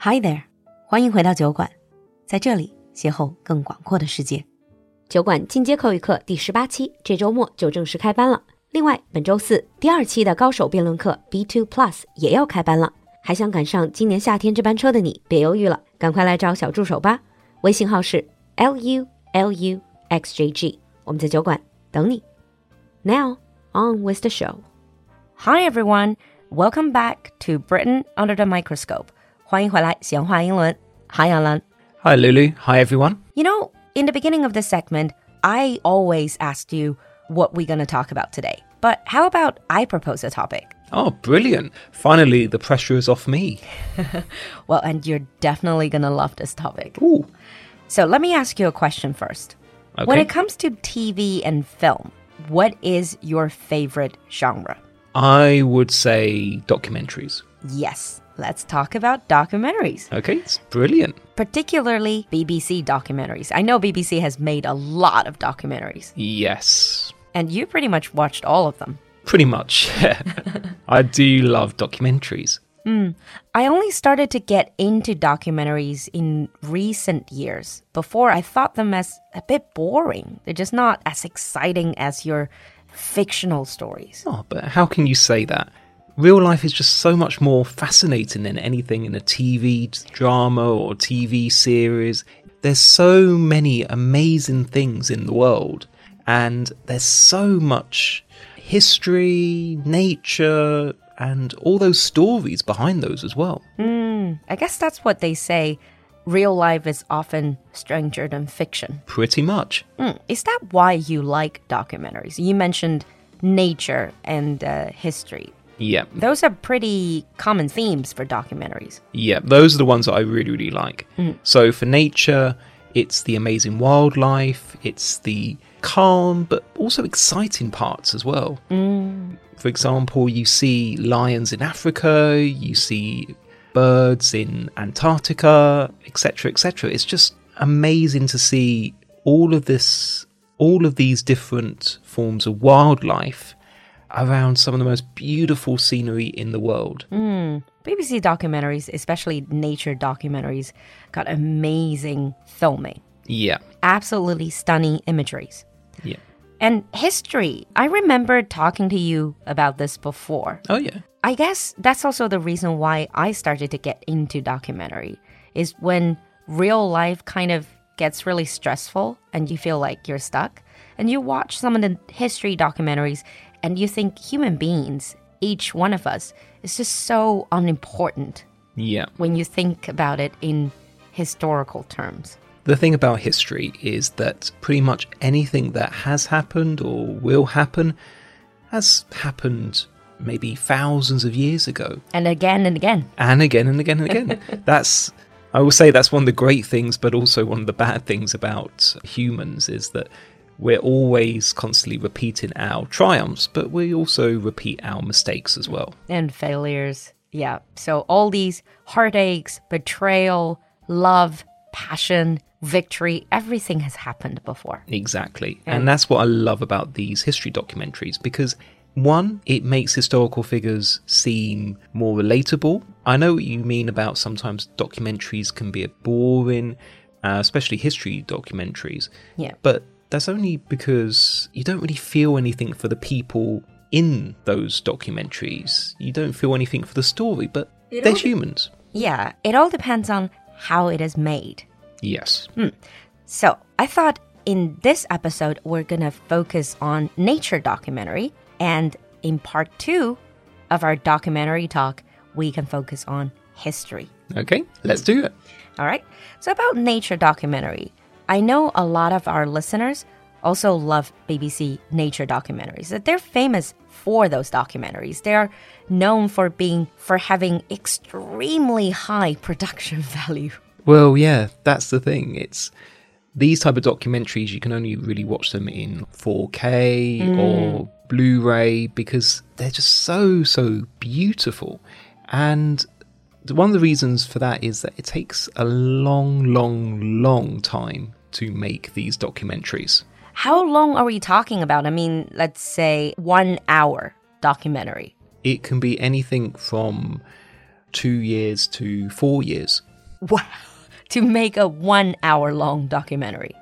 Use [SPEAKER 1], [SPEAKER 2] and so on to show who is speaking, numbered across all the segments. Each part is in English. [SPEAKER 1] Hi there，欢迎回到酒馆，在这里邂逅更广阔的世界。
[SPEAKER 2] 酒馆进阶口语课第十八期，这周末就正式开班了。另外，本周四第二期的高手辩论课 B Two Plus 也要开班了。还想赶上今年夏天这班车的你，别犹豫了，赶快来找小助手吧。微信号是 L U L U X J G，我们在酒馆等你。Now on with the show。
[SPEAKER 1] Hi everyone, welcome back to Britain under the microscope. 欢迎回来，闲话英伦。Hi Alan.
[SPEAKER 3] Hi, Lulu. Hi, everyone.
[SPEAKER 1] You know, in the beginning of this segment, I always asked you what we're going to talk about today. But how about I propose a topic?
[SPEAKER 3] Oh, brilliant. Finally, the pressure is off me.
[SPEAKER 1] Well, and you're definitely going to love this topic.
[SPEAKER 3] Ooh.
[SPEAKER 1] So let me ask you a question first. When
[SPEAKER 3] Okay.
[SPEAKER 1] it comes to TV and film, what is your favorite genre?
[SPEAKER 3] I would say documentaries.
[SPEAKER 1] Yes, let's talk about documentaries,
[SPEAKER 3] Okay, it's brilliant.
[SPEAKER 1] particularly BBC documentaries. I know BBC has made a lot of documentaries,
[SPEAKER 3] Yes.
[SPEAKER 1] and you pretty much watched all of them.
[SPEAKER 3] Pretty much. I do love documentaries.
[SPEAKER 1] I only started to get into documentaries in recent years. Before, I thought them as a bit boring. They're just not as exciting as your fictional stories.
[SPEAKER 3] Oh, but how can you say that? Real life is just so much more fascinating than anything in a TV drama or TV series. There's so many amazing things in the world, and there's so much history, nature, and all those stories behind those as well.
[SPEAKER 1] I guess that's what they say. Real life is often stranger than fiction.
[SPEAKER 3] Pretty much.
[SPEAKER 1] Mm, Is that why you like documentaries? You mentioned nature and uh, history.
[SPEAKER 3] Yep,
[SPEAKER 1] Those are pretty common themes for documentaries.
[SPEAKER 3] Yeah, those are the ones that I really, really like. So for nature, it's the amazing wildlife, it's the calm but also exciting parts as well. For example, you see lions in Africa, you see birds in Antarctica, etc., etc. It's just amazing to see all of this, all of these different forms of wildlife around some of the most beautiful scenery in the world.
[SPEAKER 1] BBC documentaries, especially nature documentaries, got amazing filming,
[SPEAKER 3] Yeah,
[SPEAKER 1] absolutely stunning imageries.
[SPEAKER 3] yeah.
[SPEAKER 1] And history, I remember talking to you about this before.
[SPEAKER 3] Oh, yeah.
[SPEAKER 1] I guess that's also the reason why I started to get into documentary is when real life kind of gets really stressful and you feel like you're stuck and you watch some of the history documentaries and you think human beings each one of us is just so unimportant
[SPEAKER 3] Yeah.
[SPEAKER 1] when you think about it in historical terms.
[SPEAKER 3] The thing about history is that pretty much anything that has happened or will happen has happened maybe thousands of years ago
[SPEAKER 1] And again and again.
[SPEAKER 3] and again and again and again. that's I will say that's one of the great things but also one of the bad things about humans is that we're always constantly repeating our triumphs but we also repeat our mistakes as well.
[SPEAKER 1] and failures. Yeah. So all these heartaches, betrayal, love, passion, victory, everything has happened before.
[SPEAKER 3] Exactly. And that's what I love about these history documentaries because one, it makes historical figures seem more relatable. I know what you mean about sometimes documentaries can be boring, uh, especially history documentaries.
[SPEAKER 1] Yeah.
[SPEAKER 3] But that's only because you don't really feel anything for the people in those documentaries. You don't feel anything for the story, but they're humans.
[SPEAKER 1] Yeah, it all depends on how it is made.
[SPEAKER 3] Yes.
[SPEAKER 1] So I thought in this episode, we're going to focus on nature documentary. And in part two of our documentary talk, we can focus on history.
[SPEAKER 3] Okay, let's do it.
[SPEAKER 1] All right. So, about nature documentary, I know a lot of our listeners also love BBC nature documentaries. That They're famous for those documentaries. They are known for being for having extremely high production value.
[SPEAKER 3] Well, yeah, that's the thing. It's these type of documentaries you can only really watch them in 4K or Blu-ray because they're just so so beautiful. And the- one of the reasons for that is that it takes a long long long time to make these documentaries.
[SPEAKER 1] How long are we talking about? I mean, let's say one hour documentary.
[SPEAKER 3] It can be anything from 2 years to 4 years.
[SPEAKER 1] Wow. To make a one hour long documentary.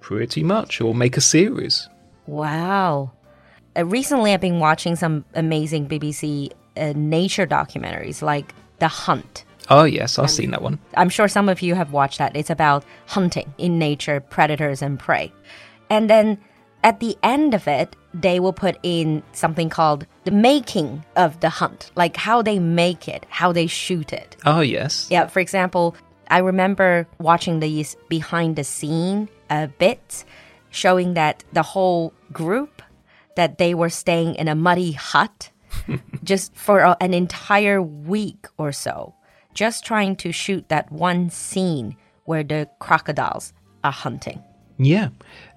[SPEAKER 3] Pretty much, or make a series.
[SPEAKER 1] Wow. Uh, recently, I've been watching some amazing BBC uh, nature documentaries like The Hunt.
[SPEAKER 3] Oh, yes, I've seen that one.
[SPEAKER 1] I'm sure some of you have watched that. It's about hunting in nature, predators, and prey. And then at the end of it, they will put in something called the making of the hunt, like how they make it, how they shoot it.
[SPEAKER 3] Oh, yes.
[SPEAKER 1] Yeah, for example, I remember watching these behind the scene a bit, showing that the whole group that they were staying in a muddy hut just for a- an entire week or so, just trying to shoot that one scene where the crocodiles are hunting.
[SPEAKER 3] Yeah.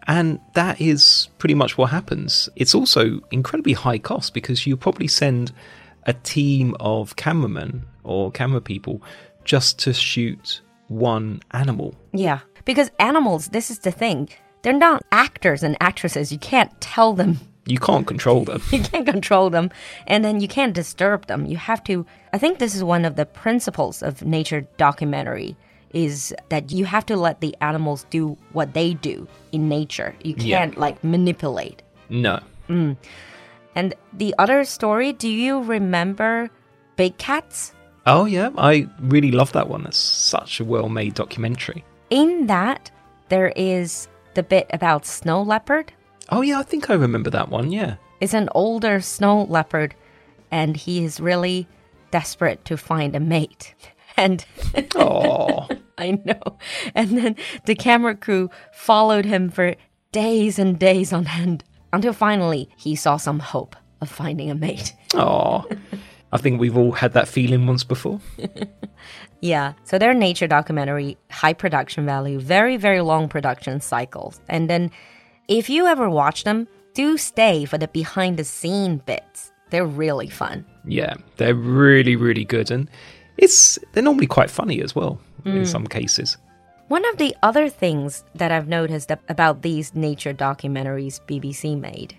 [SPEAKER 3] And that is pretty much what happens. It's also incredibly high cost because you probably send a team of cameramen or camera people just to shoot one animal.
[SPEAKER 1] Yeah. Because animals, this is the thing, they're not actors and actresses. You can't tell them,
[SPEAKER 3] You can't control them.
[SPEAKER 1] you can't control them, and then you can't disturb them. You have to, I think this is one of the principles of nature documentary is that you have to let the animals do what they do in nature. You
[SPEAKER 3] Yeah.
[SPEAKER 1] can't like manipulate.
[SPEAKER 3] No.
[SPEAKER 1] And the other story, do you remember Big Cats?
[SPEAKER 3] Oh, yeah. I really love that one. That's such a well made documentary.
[SPEAKER 1] In that, there is the bit about snow leopard.
[SPEAKER 3] Oh, yeah. I think I remember that one. Yeah.
[SPEAKER 1] It's an older snow leopard, and he is really desperate to find a mate. And
[SPEAKER 3] Oh,
[SPEAKER 1] I know. And then the camera crew followed him for days and days on end until finally he saw some hope of finding a mate.
[SPEAKER 3] oh. I think we've all had that feeling once before.
[SPEAKER 1] Yeah. So they're nature documentary, high production value, very, very long production cycles. And then if you ever watch them, do stay for the behind the scene bits. They're really fun.
[SPEAKER 3] Yeah, they're really, really good, and it's they're normally quite funny as well
[SPEAKER 1] Mm.
[SPEAKER 3] in some cases.
[SPEAKER 1] One of the other things that I've noticed ab- about these nature documentaries BBC made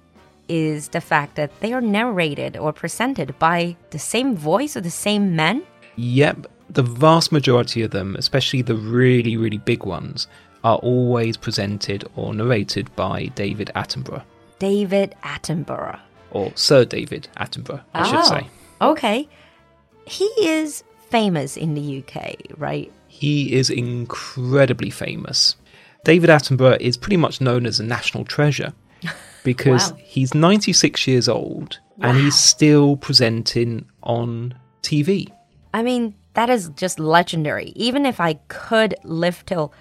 [SPEAKER 1] is the fact that they are narrated or presented by the same voice or the same man.
[SPEAKER 3] Yep, the vast majority of them, especially the really, really big ones, are always presented or narrated by David Attenborough
[SPEAKER 1] David Attenborough.
[SPEAKER 3] or Sir David Attenborough, I should say.
[SPEAKER 1] Oh, Okay. He is famous in the UK, right?
[SPEAKER 3] He is incredibly famous. David Attenborough is pretty much known as a national treasure because
[SPEAKER 1] Wow.
[SPEAKER 3] he's 96 years old and he's still presenting on TV.
[SPEAKER 1] I mean, that is just legendary. Even if I could live till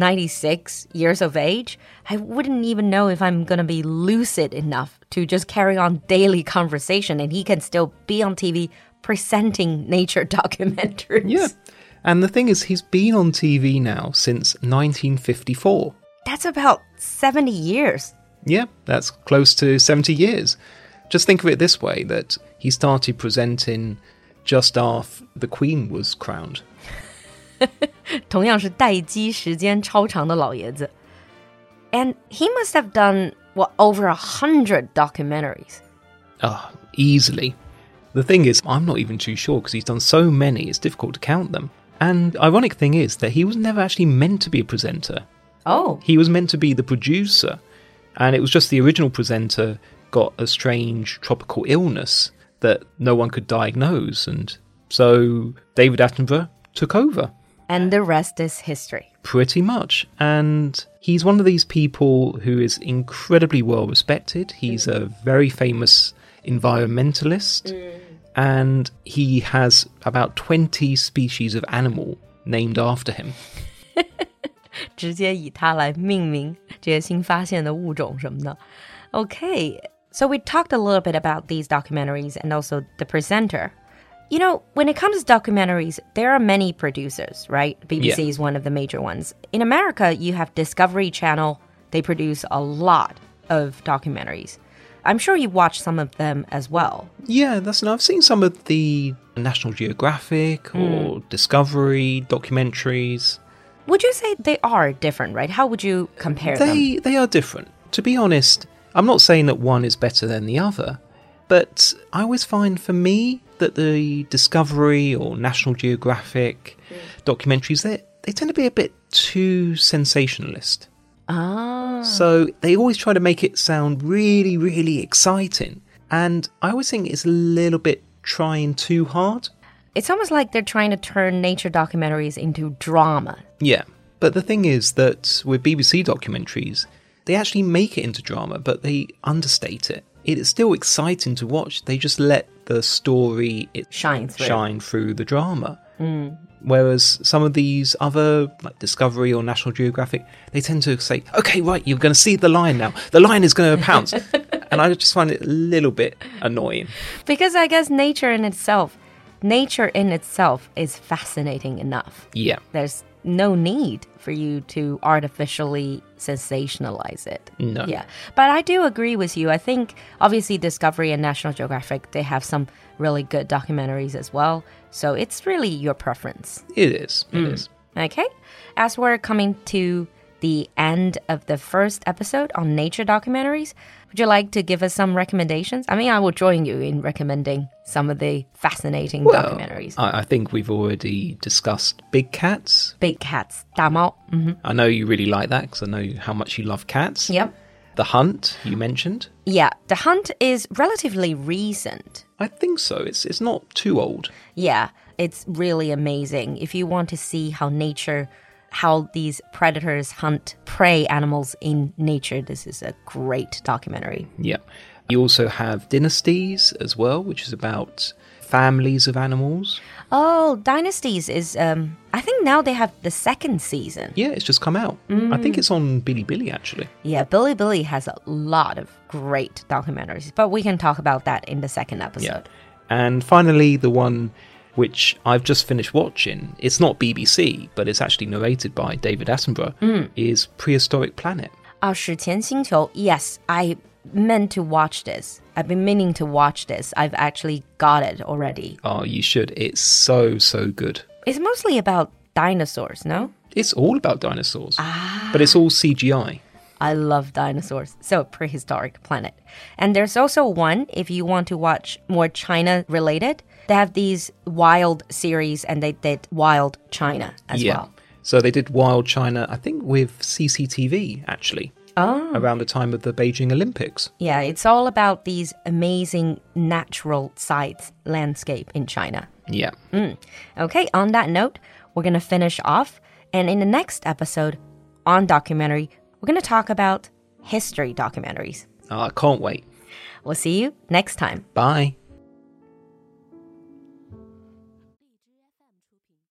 [SPEAKER 1] 96 years of age, I wouldn't even know if I'm going to be lucid enough to just carry on daily conversation and he can still be on TV presenting nature documentaries.
[SPEAKER 3] Yeah. And the thing is, he's been on TV now since 1954.
[SPEAKER 1] That's about 70 years.
[SPEAKER 3] Yeah, that's close to 70 years. Just think of it this way that he started presenting just after the Queen was crowned.
[SPEAKER 1] 同样是待机时间超长的老爷子. And he must have done, what, over a hundred documentaries.
[SPEAKER 3] Ah, easily. The thing is, I'm not even too sure because he's done so many, it's difficult to count them. And ironic thing is that he was never actually meant to be a presenter.
[SPEAKER 1] Oh.
[SPEAKER 3] He was meant to be the producer, and it was just the original presenter got a strange tropical illness that no one could diagnose, and so David Attenborough took over
[SPEAKER 1] And the rest is history.
[SPEAKER 3] pretty much. And he's one of these people who is incredibly well respected. He's a very famous environmentalist, and he has about 20 species of animal named after him.
[SPEAKER 1] 直接以它来命名这些新发现的物种什么的。Okay, so we talked a little bit about these documentaries and also the presenter. You know, when it comes to documentaries, there are many producers, right? BBC
[SPEAKER 3] Yeah.
[SPEAKER 1] is one of the major ones. In America, you have Discovery Channel. They produce a lot of documentaries. I'm sure you watch some of them as well.
[SPEAKER 3] Yeah, that's and I've seen some of the National Geographic or Discovery documentaries.
[SPEAKER 1] Would you say they are different, right? How would you compare them?
[SPEAKER 3] They they are different. To be honest, I'm not saying that one is better than the other, But I always find for me that the Discovery or National Geographic documentaries, they, they tend to be a bit too sensationalist.
[SPEAKER 1] Ah.
[SPEAKER 3] So they always try to make it sound really, really exciting. And I always think it's a little bit trying too hard.
[SPEAKER 1] It's almost like they're trying to turn nature documentaries into drama.
[SPEAKER 3] Yeah. But the thing is that with BBC documentaries, they actually make it into drama, but they understate it. It is still exciting to watch. They just let the story it
[SPEAKER 1] Shine through. Mm.
[SPEAKER 3] shine through the drama. Whereas some of these other, like Discovery or National Geographic, they tend to say, "Okay, right, you're going to see the lion now. The lion is going to pounce," and I just find it a little bit annoying.
[SPEAKER 1] Because I guess nature in itself, nature in itself is fascinating enough.
[SPEAKER 3] Yeah.
[SPEAKER 1] There's no need for you to artificially sensationalize it.
[SPEAKER 3] No.
[SPEAKER 1] Yeah. But I do agree with you. I think obviously Discovery and National Geographic, they have some really good documentaries as well. So it's really your preference.
[SPEAKER 3] It is. It
[SPEAKER 1] Mm.
[SPEAKER 3] is.
[SPEAKER 1] Okay. As we're coming to the end of the first episode on nature documentaries, would you like to give us some recommendations? I mean, I will join you in recommending some of the fascinating
[SPEAKER 3] Well,
[SPEAKER 1] documentaries.
[SPEAKER 3] I, I think we've already discussed Big Cats.
[SPEAKER 1] Big cats, 大猫. hmm
[SPEAKER 3] I know you really like that because I know how much you love cats.
[SPEAKER 1] Yep.
[SPEAKER 3] The Hunt you mentioned.
[SPEAKER 1] Yeah, the hunt is relatively recent.
[SPEAKER 3] I think so. It's it's not too old.
[SPEAKER 1] Yeah, it's really amazing. If you want to see how nature, how these predators hunt prey animals in nature, this is a great documentary.
[SPEAKER 3] Yeah. You also have Dynasties as well, which is about families of animals.
[SPEAKER 1] Oh, Dynasties is um I think now they have the second season.
[SPEAKER 3] Yeah, it's just come out. I think it's on Billy Billy actually.
[SPEAKER 1] Yeah, Billy Billy has a lot of great documentaries, but we can talk about that in the second
[SPEAKER 3] Yeah.
[SPEAKER 1] episode.
[SPEAKER 3] And finally, the one which I've just finished watching, it's not BBC, but it's actually narrated by David Attenborough, is Prehistoric Planet.
[SPEAKER 1] 啊，史前星球. Oh, Yes, I meant to watch this. I've been meaning to watch this. I've actually got it already.
[SPEAKER 3] Oh, you should. It's so, so good.
[SPEAKER 1] It's mostly about dinosaurs, no?
[SPEAKER 3] It's all about dinosaurs,
[SPEAKER 1] Ah.
[SPEAKER 3] but it's all CGI.
[SPEAKER 1] I love dinosaurs. So, prehistoric planet. And there's also one if you want to watch more China related. They have these wild series and they did Wild China as well.
[SPEAKER 3] So they did Wild China, I think, with CCTV actually.
[SPEAKER 1] Hmm.
[SPEAKER 3] Around the time of the Beijing Olympics.
[SPEAKER 1] Oh, Yeah, it's all about these amazing natural sites, landscape in China. Hmm.
[SPEAKER 3] Yeah.
[SPEAKER 1] Okay, on that note, we're going to finish off. And in the next episode on documentary, we're going to talk about history documentaries.
[SPEAKER 3] Oh, Ah, I can't wait.
[SPEAKER 1] We'll see you next time.
[SPEAKER 3] Bye.